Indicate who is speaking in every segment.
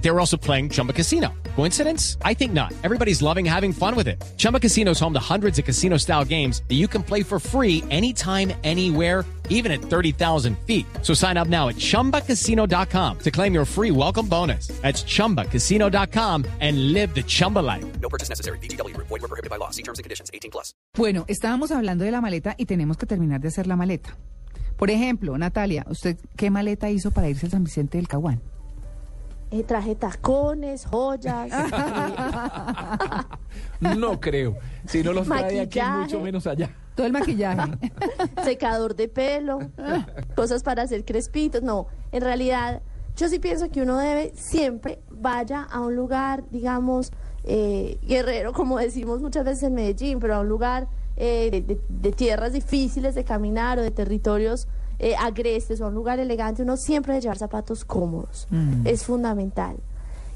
Speaker 1: They were also playing Chumba Casino. Coincidence? I think not. Everybody's loving having fun with it. Chumba Casino is home to hundreds of casino style games that you can play for free anytime, anywhere even at 30,000 feet. So sign up now at ChumbaCasino.com to claim your free welcome bonus. That's ChumbaCasino.com and live the Chumba life.
Speaker 2: No purchase necessary. BGW. Void were prohibited by law. See terms and conditions. 18 plus.
Speaker 3: Bueno, estábamos hablando de la maleta y tenemos que terminar de hacer la maleta. Por ejemplo, Natalia, ¿usted qué maleta hizo para irse a San Vicente del Caguán?
Speaker 4: Eh, traje tacones, joyas,
Speaker 5: No creo. Si no los trae aquí,
Speaker 4: Maquillaje.
Speaker 5: mucho menos allá.
Speaker 3: Todo el maquillaje.
Speaker 4: eh, secador de pelo, cosas para hacer crespitos. No, en realidad yo sí pienso que uno debe siempre vaya a un lugar, digamos, eh, guerrero, como decimos muchas veces en Medellín, pero a un lugar eh, de, de- de tierras difíciles de caminar o de territorios eh, agrestes o a un lugar elegante, uno siempre debe llevar zapatos cómodos.
Speaker 3: Mm.
Speaker 4: Es fundamental.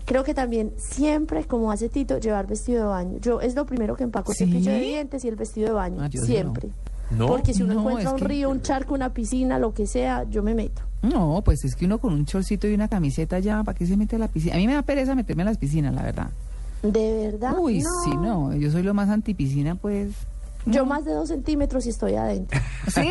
Speaker 4: Creo que también siempre, como hace Tito, llevar vestido de baño. Yo es lo primero que empaco
Speaker 3: ¿Sí?
Speaker 4: cepillo de dientes y el vestido de baño.
Speaker 3: Ah, yo sí no.
Speaker 4: siempre.
Speaker 5: No.
Speaker 4: Porque si uno
Speaker 3: No,
Speaker 4: encuentra
Speaker 3: es
Speaker 4: un
Speaker 3: que-
Speaker 4: río, un charco, una piscina, lo que sea, yo me meto.
Speaker 3: No, pues es que uno con un chorcito y una camiseta ya, ¿para qué se mete a la piscina? A mí me da pereza meterme a las piscinas, la verdad.
Speaker 4: ¿De verdad?
Speaker 3: Uy, sí, Ah, no, yo soy lo más antipiscina, pues.
Speaker 4: Yo más de dos centímetros y estoy adentro.
Speaker 3: Sí.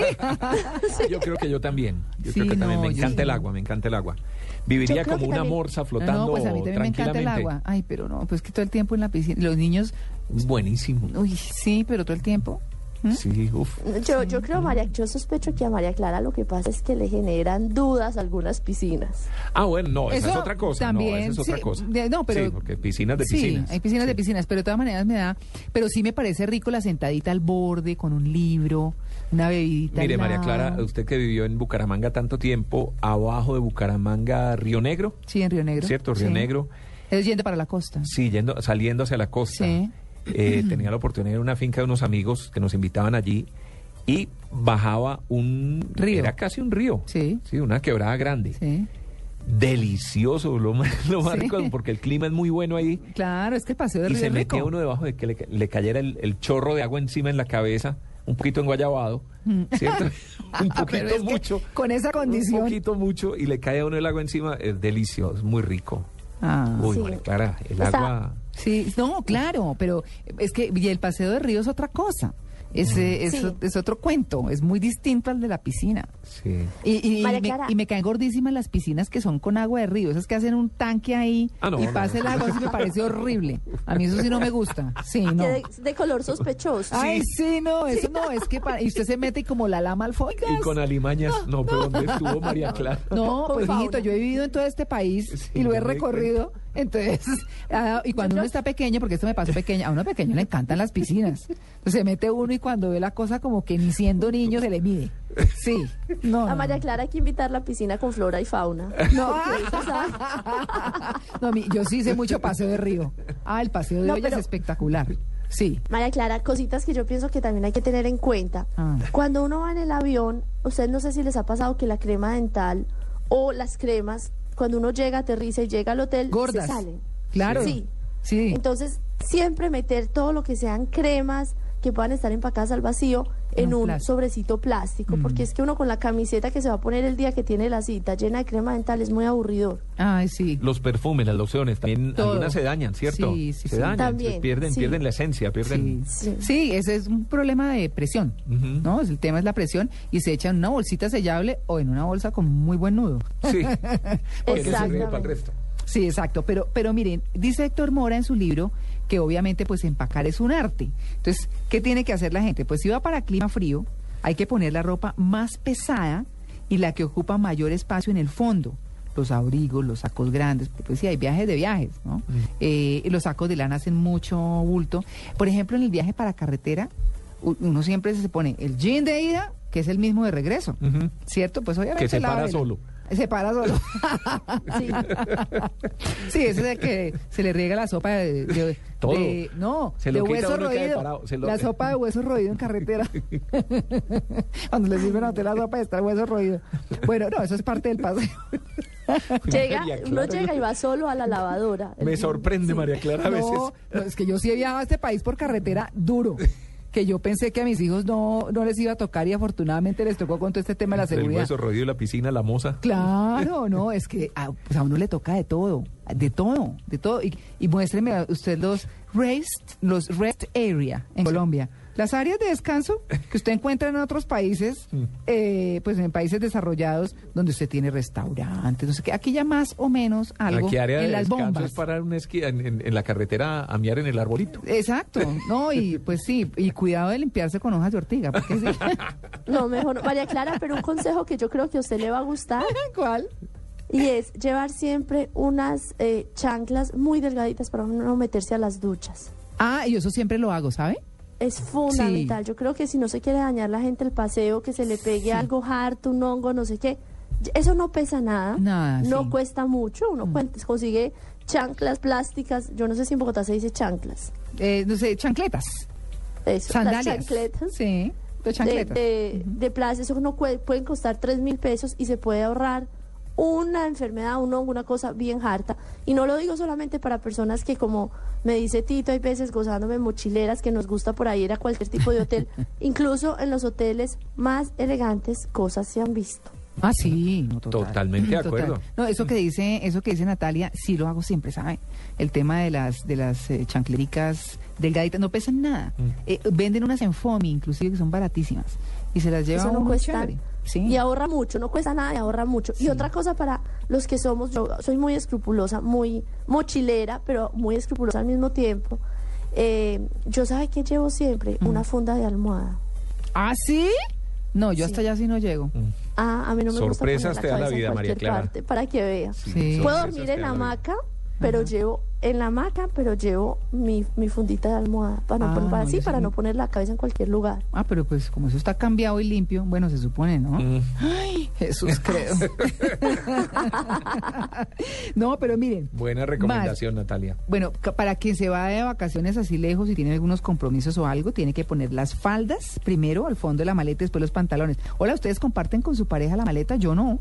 Speaker 5: Yo creo que yo también. Yo
Speaker 3: Sí,
Speaker 5: creo que también.
Speaker 3: no,
Speaker 5: Me
Speaker 3: yo
Speaker 5: encanta
Speaker 3: sí.
Speaker 5: el agua, me encanta el agua.
Speaker 4: Yo
Speaker 5: Viviría
Speaker 4: creo
Speaker 5: como
Speaker 4: que
Speaker 5: una
Speaker 4: también-
Speaker 5: morsa flotando
Speaker 3: no, pues a mí también me encanta el
Speaker 5: tranquilamente.
Speaker 3: agua. Ay, pero no, pues que todo el tiempo en la piscina. Los niños,
Speaker 5: Buenísimo.
Speaker 3: uy, sí, pero todo el tiempo. ¿Mm?
Speaker 5: Sí, uf.
Speaker 4: Yo, yo creo, María, yo sospecho que a María Clara lo que pasa es que le generan dudas algunas piscinas.
Speaker 5: Ah, bueno, no, esa es otra cosa. no, esa es otra
Speaker 3: sí,
Speaker 5: cosa.
Speaker 3: de- no, pero,
Speaker 5: Sí, porque piscinas de
Speaker 3: sí,
Speaker 5: piscinas.
Speaker 3: hay piscinas de
Speaker 5: Sí.
Speaker 3: piscinas, pero de todas maneras me da. Pero sí me parece rico la sentadita al borde con un libro, una bebidita. al
Speaker 5: Mire, María
Speaker 3: lado.
Speaker 5: Clara, eh, usted que vivió en Bucaramanga tanto tiempo, abajo de Bucaramanga, Río Negro,
Speaker 3: Sí, en Río Negro.
Speaker 5: ¿cierto? Río
Speaker 3: sí.
Speaker 5: Negro.
Speaker 3: Es yendo para la costa.
Speaker 5: Sí, yendo, saliendo hacia la costa.
Speaker 3: Sí.
Speaker 5: Eh, tenía la oportunidad de ir a una finca de unos amigos que nos invitaban allí y bajaba un
Speaker 3: Río.
Speaker 5: Era casi un río.
Speaker 3: Sí.
Speaker 5: una quebrada grande.
Speaker 3: Sí.
Speaker 5: Delicioso, lo, más- lo más
Speaker 3: Sí.
Speaker 5: rico, porque el clima es muy bueno ahí.
Speaker 3: Claro, es que el paseo de
Speaker 5: Y
Speaker 3: Río
Speaker 5: se
Speaker 3: es rico.
Speaker 5: metía uno debajo de que le, ca- le cayera el, el chorro de agua encima en la cabeza, un poquito enguayabado, ¿cierto? un
Speaker 3: Ah, Mm. pero es
Speaker 5: poquito
Speaker 3: que
Speaker 5: mucho.
Speaker 3: con esa condición.
Speaker 5: Un poquito mucho y le cae a uno el agua encima, es delicioso, es muy rico.
Speaker 3: Ah.
Speaker 5: Uy,
Speaker 4: Sí.
Speaker 5: María Clara, el
Speaker 4: Está-
Speaker 5: agua...
Speaker 3: Sí, no, claro, pero es que y el paseo de río es otra cosa.
Speaker 5: Mm.
Speaker 3: Es, eh, es,
Speaker 4: Sí.
Speaker 3: o- es otro cuento, es muy distinto al de la piscina.
Speaker 5: Sí.
Speaker 3: Y, y- y
Speaker 4: María
Speaker 3: me,
Speaker 4: Clara.
Speaker 3: y me caen gordísimas las piscinas que son con agua de río, esas que hacen un tanque ahí
Speaker 5: Ah, no,
Speaker 3: y
Speaker 5: no,
Speaker 3: pasa
Speaker 5: no.
Speaker 3: el agua, eso me parece horrible. A mí eso sí no me gusta. Sí, no.
Speaker 4: Que de, de color sospechoso.
Speaker 3: Ay, sí, no, eso no, es que para- y usted se mete y como la lama al folgas.
Speaker 5: Y con alimañas, no, pero ¿dónde estuvo María Clara?
Speaker 3: No,
Speaker 4: Por
Speaker 3: pues
Speaker 4: favor.
Speaker 3: hijito, yo he vivido en todo este país
Speaker 5: Sí,
Speaker 3: y lo he
Speaker 5: yo me di
Speaker 3: recorrido. Entonces, ah, y cuando uno está pequeño, porque esto me pasó pequeña, a uno pequeño le encantan las piscinas. Entonces se mete uno y cuando ve la cosa como que ni siendo niño se le mide. Sí, no.
Speaker 4: A
Speaker 3: no,
Speaker 4: María
Speaker 3: no.
Speaker 4: Clara hay que invitar la piscina con flora y fauna.
Speaker 3: No, no mi- yo sí hice mucho paseo de río. Ah, el paseo de
Speaker 4: ah. No,
Speaker 3: hoy
Speaker 4: pero-
Speaker 3: es espectacular. Sí.
Speaker 4: María Clara, cositas que yo pienso que también hay que tener en cuenta.
Speaker 3: Ah.
Speaker 4: Cuando uno va en el avión, ustedes no sé si les ha pasado que la crema dental o las cremas, cuando uno llega, aterriza y llega al hotel,
Speaker 3: Gordas.
Speaker 4: se salen.
Speaker 3: Claro.
Speaker 4: Sí.
Speaker 3: Sí.
Speaker 4: Entonces, siempre meter todo lo que sean cremas que puedan estar empacadas al vacío
Speaker 3: En
Speaker 4: en
Speaker 3: un
Speaker 4: un
Speaker 3: plástico. Mm.
Speaker 4: sobrecito plástico, porque es que uno con la camiseta que se va a poner el día que tiene la cita llena de crema dental es muy aburridor.
Speaker 3: Ay, sí.
Speaker 5: Los perfumes, las lociones, también
Speaker 3: Todo.
Speaker 5: algunas se dañan, ¿cierto?
Speaker 3: Sí, sí,
Speaker 5: se
Speaker 3: sí.
Speaker 5: dañan, se
Speaker 4: También,
Speaker 5: pierden,
Speaker 4: sí.
Speaker 5: pierden la esencia, pierden...
Speaker 3: Sí.
Speaker 4: Sí.
Speaker 3: Sí, ese es un problema de presión,
Speaker 5: Ujú.
Speaker 3: ¿no? Es- El tema es la presión y se echa en una bolsita sellable o en una bolsa con muy buen nudo.
Speaker 5: Sí.
Speaker 3: Porque
Speaker 5: Que no sirve para el
Speaker 4: Exactamente.
Speaker 5: resto.
Speaker 3: Sí, exacto. Pero, pero miren, dice Héctor Mora en su libro que obviamente pues empacar es un arte. Entonces, ¿qué tiene que hacer la gente? Pues si va para clima frío, hay que poner la ropa más pesada y la que ocupa mayor espacio en el fondo. Los abrigos, los sacos grandes, porque pues sí, hay viajes de viajes, ¿no?
Speaker 5: Mm.
Speaker 3: Eh, y los sacos de lana hacen mucho bulto. Por ejemplo, en el viaje para carretera, u- uno siempre se pone el jean de ida, que es el mismo de regreso,
Speaker 5: Ujú.
Speaker 3: ¿cierto? Pues obviamente...
Speaker 5: Mm. Que se
Speaker 3: la
Speaker 5: para
Speaker 3: vela.
Speaker 5: solo.
Speaker 3: Se para solo.
Speaker 4: Sí.
Speaker 3: Sí, ese es el que se le riega la sopa de... de-
Speaker 5: Todo.
Speaker 3: de- no,
Speaker 5: Se
Speaker 3: de
Speaker 5: lo quita
Speaker 3: hueso
Speaker 5: uno y cae
Speaker 3: roído.
Speaker 5: parado, se lo-
Speaker 3: La sopa de hueso roído en carretera. Cuando le sirven a usted la sopa está el hueso roído. Bueno, no, eso es parte del paseo.
Speaker 4: Llega,
Speaker 5: María
Speaker 4: uno
Speaker 5: Clara,
Speaker 4: llega y va solo a la lavadora.
Speaker 5: Me sorprende María Clara a veces.
Speaker 3: No, no, es que yo sí he viajado a este país por carretera duro. que yo pensé que a mis hijos no, no les iba a tocar y afortunadamente les tocó con todo este tema de la
Speaker 5: El
Speaker 3: seguridad.
Speaker 5: hueso rodillo, la piscina, la moza.
Speaker 3: Claro, no, es que a, pues a uno le toca de todo, de todo, de todo. Y, y muéstreme a usted los rest, los rest area en Colombia. Las áreas de descanso que usted encuentra en otros países,
Speaker 5: Mm.
Speaker 3: eh, pues en países desarrollados, donde usted tiene restaurantes, no sé qué. Aquí ya más o menos algo
Speaker 5: Aquí área de
Speaker 3: en las
Speaker 5: descanso
Speaker 3: bombas.
Speaker 5: es parar un esquí en, en- en la carretera a miar en el arbolito.
Speaker 3: Exacto, no, y pues sí, y cuidado de limpiarse con hojas de ortiga, porque sí.
Speaker 4: No, mejor no. María Clara, pero un consejo que yo creo que a usted le va a gustar
Speaker 3: ¿Cuál?
Speaker 4: y es llevar siempre unas eh, chanclas muy delgaditas para no meterse a las duchas.
Speaker 3: Ah, y eso siempre lo hago, ¿sabe?
Speaker 4: Es fundamental.
Speaker 3: Sí.
Speaker 4: Yo creo que si no se quiere dañar la gente el paseo, que se le pegue algo harto, un hongo, no sé qué. Eso no pesa nada.
Speaker 3: Nada,
Speaker 4: No
Speaker 3: sí. Mm.
Speaker 4: cuesta mucho. Uno cuenta- consigue chanclas plásticas. Yo no sé si en Bogotá se dice chanclas.
Speaker 3: Eh, no sé, chancletas.
Speaker 4: Eso,
Speaker 3: Sandalias.
Speaker 4: las chancletas.
Speaker 3: Sí, los
Speaker 4: de,
Speaker 3: chancletas.
Speaker 4: de, de plaza, eso no cue- pueden costar 3 mil pesos y se puede ahorrar una enfermedad, un hongo, una cosa bien harta. Y no lo digo solamente para personas que, como me dice Tito, hay veces gozándome mochileras que nos gusta por ahí ir a cualquier tipo de hotel. Incluso en los hoteles más elegantes, cosas se han visto.
Speaker 3: Ah, sí, no, total.
Speaker 5: Totalmente de
Speaker 3: Total.
Speaker 5: acuerdo.
Speaker 3: No, eso que dice, eso que dice Natalia, sí lo hago siempre, ¿sabe? El tema de las de las eh, chanclericas delgaditas no pesan nada.
Speaker 5: Mm.
Speaker 3: Eh, venden unas en foamy, inclusive que son baratísimas y se las lleva
Speaker 4: Eso no
Speaker 3: uno
Speaker 4: cuesta.
Speaker 3: Ah, chévere. Sí.
Speaker 4: Y ahorra mucho, no cuesta nada y ahorra mucho. Y otra cosa para los que somos, yo soy muy escrupulosa, muy mochilera, pero muy escrupulosa al mismo tiempo. Eh, yo sabe que llevo siempre
Speaker 3: Mm.
Speaker 4: una funda de almohada.
Speaker 3: ¿Ah, sí? No, yo
Speaker 4: Sí.
Speaker 3: hasta allá sí no llego.
Speaker 5: Mm,
Speaker 4: Ah, a mí no me gusta poner
Speaker 5: Sorpresas te da la
Speaker 4: cabeza en
Speaker 5: vida, María
Speaker 4: cualquier
Speaker 5: Clara.
Speaker 4: parte, para que vea.
Speaker 3: Sí.
Speaker 5: son
Speaker 4: Puedo
Speaker 5: esas
Speaker 4: dormir
Speaker 5: que
Speaker 4: en la
Speaker 5: dan la vida.
Speaker 4: hamaca, pero llevo en la hamaca, pero llevo mi, mi fundita de almohada para
Speaker 3: Ah,
Speaker 4: no poner, para,
Speaker 3: no,
Speaker 4: sí,
Speaker 3: yo
Speaker 4: para
Speaker 3: sí.
Speaker 4: no poner la cabeza en cualquier lugar.
Speaker 3: Ah, pero pues como eso está cambiado y limpio, bueno, se supone, ¿no?
Speaker 5: Mm.
Speaker 3: Ay, Jesús, creo. no, pero miren,
Speaker 5: Buena recomendación, Natalia.
Speaker 3: Bueno, ca- para quien se va de vacaciones así lejos y tiene algunos compromisos o algo, tiene que poner las faldas primero al fondo de la maleta y después los pantalones. Hola, ¿ustedes comparten con su pareja la maleta? Yo no.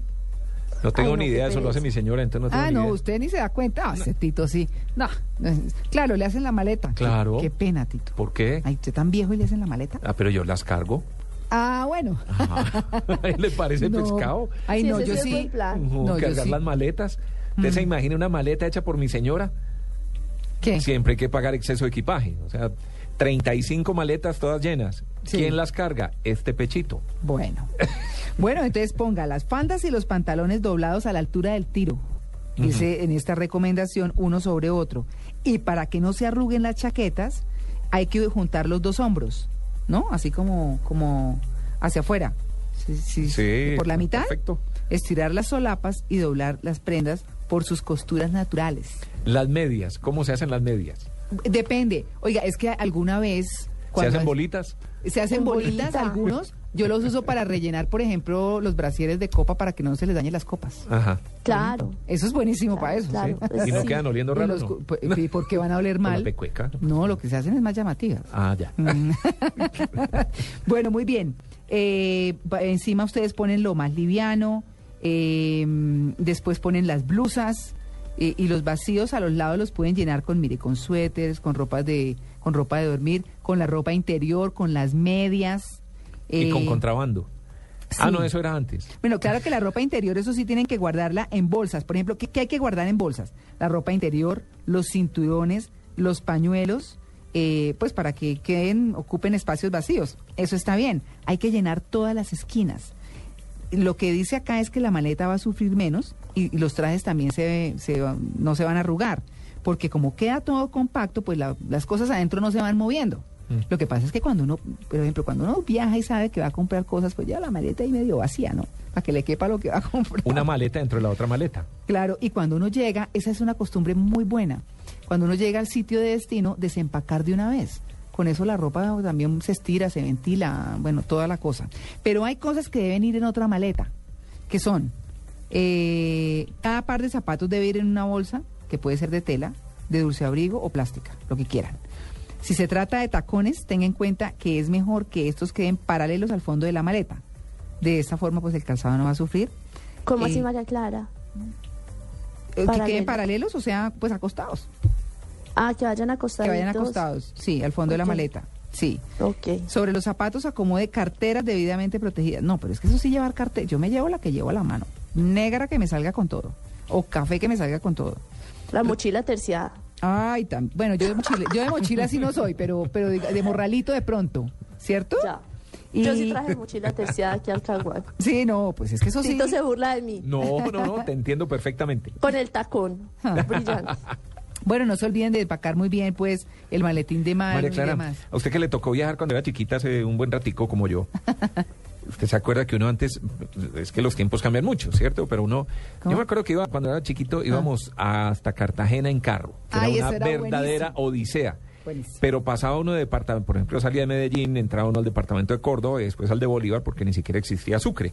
Speaker 5: No tengo
Speaker 4: Ay, no,
Speaker 5: ni
Speaker 4: qué
Speaker 5: idea, eso lo hace
Speaker 4: pereza.
Speaker 5: mi señora, entonces no tengo
Speaker 3: ah,
Speaker 5: ni
Speaker 3: no,
Speaker 5: idea.
Speaker 3: usted ni se da cuenta. Ah, ese Tito sí. No, eh, claro, le hacen la maleta.
Speaker 5: Claro.
Speaker 3: Qué, qué pena, Tito.
Speaker 5: ¿Por qué?
Speaker 3: Ay, usted tan viejo y le hacen la maleta.
Speaker 5: Ah, pero yo las cargo.
Speaker 3: Ah, bueno.
Speaker 5: ¿A él ¿Le parece
Speaker 3: No.
Speaker 5: pescado?
Speaker 3: Ay,
Speaker 4: Sí,
Speaker 3: no,
Speaker 4: ese
Speaker 3: yo
Speaker 4: sí es
Speaker 3: sí.
Speaker 4: buen plan.
Speaker 5: No,
Speaker 3: No, yo
Speaker 5: cargar
Speaker 3: sí. Mm.
Speaker 5: las maletas. ¿Usted se imagina una maleta hecha por mi señora?
Speaker 3: ¿Qué?
Speaker 5: Siempre hay que pagar exceso de equipaje. O sea, 35 maletas todas llenas.
Speaker 3: Sí.
Speaker 5: ¿Quién las carga? Este pechito.
Speaker 3: Bueno. bueno, entonces ponga las faldas y los pantalones doblados a la altura del tiro. Dice en esta recomendación uno sobre otro. Y para que no se arruguen las chaquetas, hay que juntar los dos hombros, ¿no? Así como, como hacia afuera. Sí, sí,
Speaker 5: Sí,
Speaker 3: por la mitad.
Speaker 5: perfecto.
Speaker 3: Estirar las solapas y doblar las prendas por sus costuras naturales.
Speaker 5: Las medias. ¿Cómo se hacen las medias?
Speaker 3: Depende. Oiga, es que alguna vez...
Speaker 5: ¿Se
Speaker 3: cuando
Speaker 5: hacen
Speaker 3: es-
Speaker 5: bolitas?
Speaker 3: se hacen
Speaker 4: En
Speaker 3: bolitas
Speaker 4: bolita.
Speaker 3: algunos. Yo los uso para rellenar, por ejemplo, los brasieres de copa para que no se les dañen las copas.
Speaker 5: Ajá.
Speaker 4: Claro.
Speaker 3: Eso es buenísimo para
Speaker 4: Claro,
Speaker 3: eso.
Speaker 4: claro.
Speaker 5: ¿Y no
Speaker 4: Sí.
Speaker 5: quedan oliendo
Speaker 3: Pues Y
Speaker 5: raro?
Speaker 3: los
Speaker 5: no?
Speaker 3: cu- pu- sí, porque van a oler
Speaker 5: Con la
Speaker 3: mal.
Speaker 5: pecueca.
Speaker 3: No, lo que se hacen es más llamativas.
Speaker 5: Ah, ya.
Speaker 3: Mm. bueno, muy bien. Eh, va- encima ustedes ponen lo más liviano, eh, después ponen las blusas eh, y los vacíos a los lados los pueden llenar con, mire, con suéteres, con ropas de, con ropa de dormir, con la ropa interior, con las medias.
Speaker 5: Y con
Speaker 3: eh,
Speaker 5: contrabando. Ah,
Speaker 3: sí.
Speaker 5: no, eso era antes.
Speaker 3: Bueno, claro que la ropa interior, eso sí tienen que guardarla en bolsas. Por ejemplo, ¿qué, qué hay que guardar en bolsas? La ropa interior, los cinturones, los pañuelos, eh, pues para que queden, ocupen espacios vacíos. Eso está bien. Hay que llenar todas las esquinas. Lo que dice acá es que la maleta va a sufrir menos y, y los trajes también se, se va- no se van a arrugar. Porque como queda todo compacto, pues la- las cosas adentro no se van moviendo. Lo que pasa es que cuando uno, por ejemplo, cuando uno viaja y sabe que va a comprar cosas, pues lleva la maleta ahí medio vacía, ¿no? Para que le quepa lo que va a comprar.
Speaker 5: Una maleta dentro de la otra maleta.
Speaker 3: Claro, y cuando uno llega, esa es una costumbre muy buena. Cuando uno llega al sitio de destino, desempacar de una vez. Con eso la ropa también se estira, se ventila, bueno, toda la cosa. Pero hay cosas que deben ir en otra maleta, que son, eh, cada par de zapatos debe ir en una bolsa, que puede ser de tela, de dulce abrigo o plástica, lo que quieran. Si se trata de tacones, tenga en cuenta que es mejor que estos queden paralelos al fondo de la maleta. De esta forma, pues el calzado no va a sufrir.
Speaker 4: ¿Cómo
Speaker 3: Eh,
Speaker 4: así, María Clara?
Speaker 3: eh, que queden
Speaker 4: Paralelos.
Speaker 3: paralelos, o sea, pues acostados.
Speaker 4: Ah, que vayan acostados.
Speaker 3: Que vayan acostados, sí, al fondo de la
Speaker 4: Ok.
Speaker 3: maleta. Sí.
Speaker 4: Ok.
Speaker 3: Sobre los zapatos acomode carteras debidamente protegidas. No, pero es que eso sí llevar cartera. Yo me llevo la que llevo a la mano. Negra que me salga con todo. O café que me salga con todo.
Speaker 4: La mochila terciada.
Speaker 3: Ay, tan- bueno, yo de mochila, yo de mochila sí no soy, pero, pero de, de morralito de pronto, ¿cierto?
Speaker 4: Ya.
Speaker 3: Y-
Speaker 4: Yo sí traje mochila terciada aquí al Caguán.
Speaker 3: Sí, no, pues es que eso sí.
Speaker 4: Tito se burla de mí.
Speaker 5: No, no, no, te entiendo perfectamente.
Speaker 4: Con el tacón.
Speaker 3: Ah.
Speaker 4: Brillante.
Speaker 3: Bueno, no se olviden de empacar muy bien, pues, el maletín de mano
Speaker 5: María
Speaker 3: y
Speaker 5: Clara,
Speaker 3: demás.
Speaker 5: a usted que le tocó viajar cuando era chiquita hace un buen ratico como yo. Usted se acuerda que uno antes, es que los tiempos cambian mucho, ¿cierto? Pero uno,
Speaker 3: ¿Cómo? Ah.
Speaker 5: yo me acuerdo que iba, cuando era chiquito íbamos hasta Cartagena en carro, que
Speaker 3: Ay,
Speaker 5: era
Speaker 3: eso
Speaker 5: una
Speaker 3: era
Speaker 5: verdadera
Speaker 3: buenísimo.
Speaker 5: odisea.
Speaker 3: Buenísimo.
Speaker 5: Pero pasaba uno de departamento, por ejemplo, salía de Medellín, entraba uno al departamento de Córdoba y después al de Bolívar porque ni siquiera existía Sucre.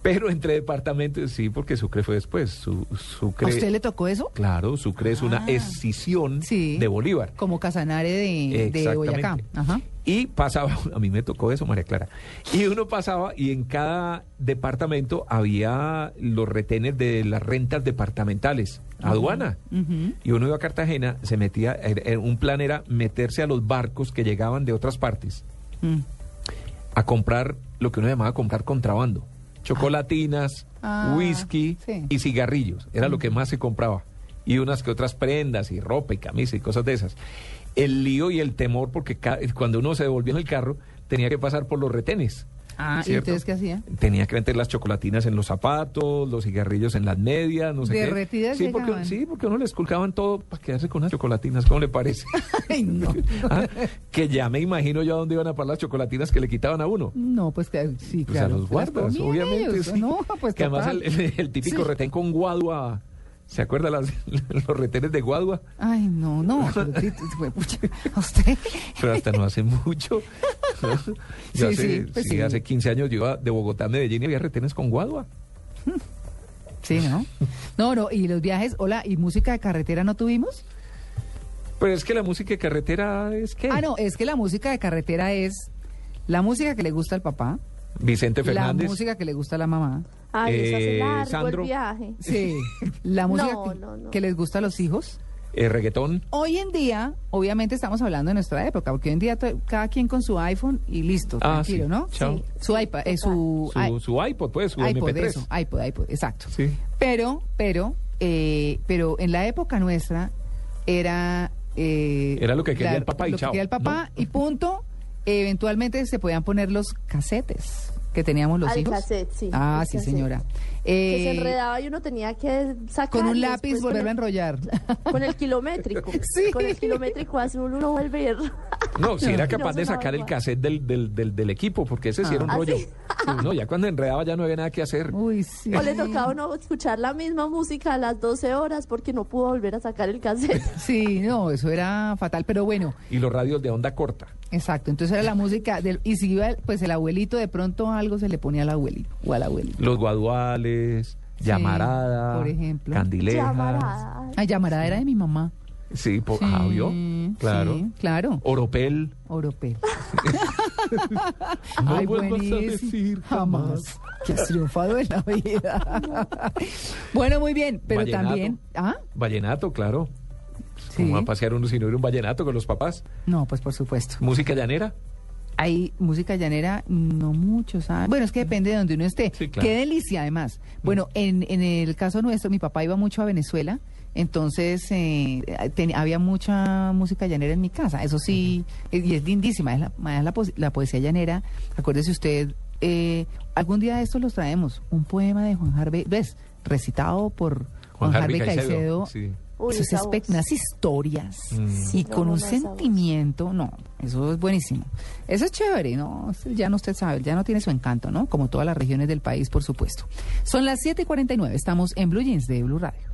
Speaker 5: Pero entre departamentos, sí, porque Sucre fue después. Su-
Speaker 3: ¿A
Speaker 5: Sucre,
Speaker 3: usted le tocó eso?
Speaker 5: Claro, Sucre es una
Speaker 3: Ah.
Speaker 5: escisión
Speaker 3: Sí.
Speaker 5: de Bolívar.
Speaker 3: Como Casanare de, de Boyacá.
Speaker 5: Exactamente.
Speaker 3: Ajá.
Speaker 5: Y pasaba, a mí me tocó eso, María Clara. Y uno pasaba y en cada departamento había los retenes de las rentas departamentales, aduana.
Speaker 3: ujú.
Speaker 5: Y uno iba a Cartagena, se metía, era- era- un plan era meterse a los barcos que llegaban de otras partes
Speaker 3: Mm.
Speaker 5: a comprar lo que uno llamaba comprar contrabando. Chocolatinas,
Speaker 3: Ah,
Speaker 5: whisky
Speaker 3: sí.
Speaker 5: y cigarrillos. Era lo que más se compraba. Y unas que otras prendas y ropa y camisa y cosas de esas. El lío y el temor porque ca- cuando uno se devolvía en el carro tenía que pasar por los retenes.
Speaker 3: Ah, ¿y entonces qué hacía?
Speaker 5: Tenía que meter las chocolatinas en los zapatos, los cigarrillos en las medias, no sé qué.
Speaker 3: Derretidas
Speaker 5: sí, porque,
Speaker 3: llegaban.
Speaker 5: sí, porque uno le esculcaban todo para quedarse con unas chocolatinas, ¿cómo le parece?
Speaker 3: Ay, no.
Speaker 5: Ah, Que ya me imagino yo a dónde iban a parar las chocolatinas que le quitaban a uno.
Speaker 3: No, pues que- sí,
Speaker 5: Pues
Speaker 3: claro.
Speaker 5: a los
Speaker 3: se las
Speaker 5: guardas,
Speaker 3: comían
Speaker 5: obviamente.
Speaker 3: ellos,
Speaker 5: sí.
Speaker 3: No, pues
Speaker 5: que además
Speaker 3: total.
Speaker 5: el, el- el típico
Speaker 3: Sí.
Speaker 5: retén con guadua. ¿Se acuerda las- los retenes de guadua?
Speaker 3: Ay, no, no. pero sí, sí, fue pucha, A usted.
Speaker 5: Pero hasta no hace mucho. ¿no? Yo
Speaker 3: Sí,
Speaker 5: hace,
Speaker 3: sí, pues
Speaker 5: sí,
Speaker 3: sí.
Speaker 5: hace 15 años yo iba de Bogotá a Medellín y había retenes con guadua.
Speaker 3: Sí, ¿no? No, no, y los viajes, hola, ¿y música de carretera no tuvimos?
Speaker 5: Pero es que la música de carretera es que
Speaker 3: Ah, no, es que la música de carretera es la música que le gusta al papá,
Speaker 5: Vicente Fernández.
Speaker 3: la música que le gusta a la mamá,
Speaker 4: Ay, eso hace
Speaker 5: Eh,
Speaker 4: largo
Speaker 5: Sandro.
Speaker 4: el viaje.
Speaker 3: sí, la música
Speaker 4: No,
Speaker 3: que,
Speaker 4: no, no.
Speaker 3: que les gusta a los hijos.
Speaker 5: eh, reggaetón.
Speaker 3: Hoy en día, obviamente estamos hablando de nuestra época, porque hoy en día to- cada quien con su iPhone y listo,
Speaker 5: Ah,
Speaker 3: tranquilo,
Speaker 5: sí,
Speaker 3: ¿no?
Speaker 5: chao. Sí,
Speaker 3: Su iPad, eh, su,
Speaker 5: Su, su iPod, pues, su
Speaker 3: iPod,
Speaker 5: MP3.
Speaker 3: eso, iPod, iPod, exacto.
Speaker 5: Sí.
Speaker 3: Pero, pero, eh, pero en la época nuestra era... eh,
Speaker 5: Era lo que quería el papá y
Speaker 3: lo que
Speaker 5: chao,
Speaker 3: quería el papá
Speaker 5: ¿no?
Speaker 3: y punto. Eventualmente se podían poner los casetes que teníamos los
Speaker 4: Al
Speaker 3: hijos.
Speaker 4: cassette, sí,
Speaker 3: Ah,
Speaker 4: el
Speaker 3: sí,
Speaker 4: cassette.
Speaker 3: señora.
Speaker 4: Que se
Speaker 3: Eh,
Speaker 4: enredaba y uno tenía que sacar.
Speaker 3: con un lápiz volverlo a
Speaker 4: con,
Speaker 3: enrollar.
Speaker 4: el, con el kilométrico.
Speaker 3: Sí.
Speaker 4: Con el kilométrico azul uno vuelve y r-
Speaker 5: No, si
Speaker 3: No,
Speaker 5: era
Speaker 4: no
Speaker 5: capaz de
Speaker 4: sonaba
Speaker 5: sacar el
Speaker 4: igual.
Speaker 5: cassette del, del, del, del equipo, porque ese sí era un
Speaker 4: Ah,
Speaker 5: rollo.
Speaker 4: ¿sí?
Speaker 5: Sí, no, ya cuando enredaba ya no había nada que hacer.
Speaker 3: Uy, sí.
Speaker 4: O le tocaba no escuchar la misma música a las 12 horas porque no pudo volver a sacar el cassette.
Speaker 3: Sí, no, eso era fatal, pero bueno,
Speaker 5: Y los radios de onda corta.
Speaker 3: exacto. Entonces era la música del y si iba el- pues el abuelito de pronto algo se le ponía al abuelito o al abuelito.
Speaker 5: Los guaduales,
Speaker 3: Sí,
Speaker 5: llamarada,
Speaker 3: por ejemplo.
Speaker 5: candilejas.
Speaker 4: Llamarada.
Speaker 3: Ay, llamarada era de mi mamá.
Speaker 5: Sí, por
Speaker 3: Sí,
Speaker 5: audio. Claro.
Speaker 3: sí, claro.
Speaker 5: Oropel.
Speaker 3: Oropel.
Speaker 5: No
Speaker 3: Ay,
Speaker 5: vuelvas a
Speaker 3: buenísimo.
Speaker 5: decir
Speaker 3: jamás que has triunfado en la vida. bueno, muy bien, pero
Speaker 5: Vallenato.
Speaker 3: también, ¿ah?
Speaker 5: Vallenato, claro.
Speaker 3: Sí.
Speaker 5: ¿Cómo va a pasear uno si no hubiera un vallenato con los papás?
Speaker 3: No, pues por supuesto.
Speaker 5: Música llanera.
Speaker 3: Hay música llanera, no mucho, ¿sabes? Bueno, es que depende de donde uno esté.
Speaker 5: Sí, claro. Mm.
Speaker 3: Qué delicia, además. Bueno, en, en el caso nuestro, mi papá iba mucho a Venezuela, entonces eh, ten- había mucha música llanera en mi casa. Eso sí, eh, y es lindísima. Es la, además la, pos- la poesía llanera, acuérdese usted, eh, algún día de estos los traemos. Un poema de Juan Harvey, ¿ves? Recitado por Juan, Harvey Caicedo.
Speaker 5: Sí. Mm.
Speaker 4: Uy,
Speaker 3: Eso es
Speaker 4: esa
Speaker 3: espe-
Speaker 4: voz.
Speaker 3: unas historias
Speaker 4: Sí,
Speaker 3: y
Speaker 4: no,
Speaker 3: con
Speaker 4: no,
Speaker 3: un
Speaker 4: no, esa voz.
Speaker 3: sentimiento, no, eso es buenísimo. Eso es chévere, ¿no? Eso Ya no usted sabe, ya no tiene su encanto, ¿no? Como todas las regiones del país, por supuesto. Son las 7:49, estamos en Blue Jeans de Blue Radio.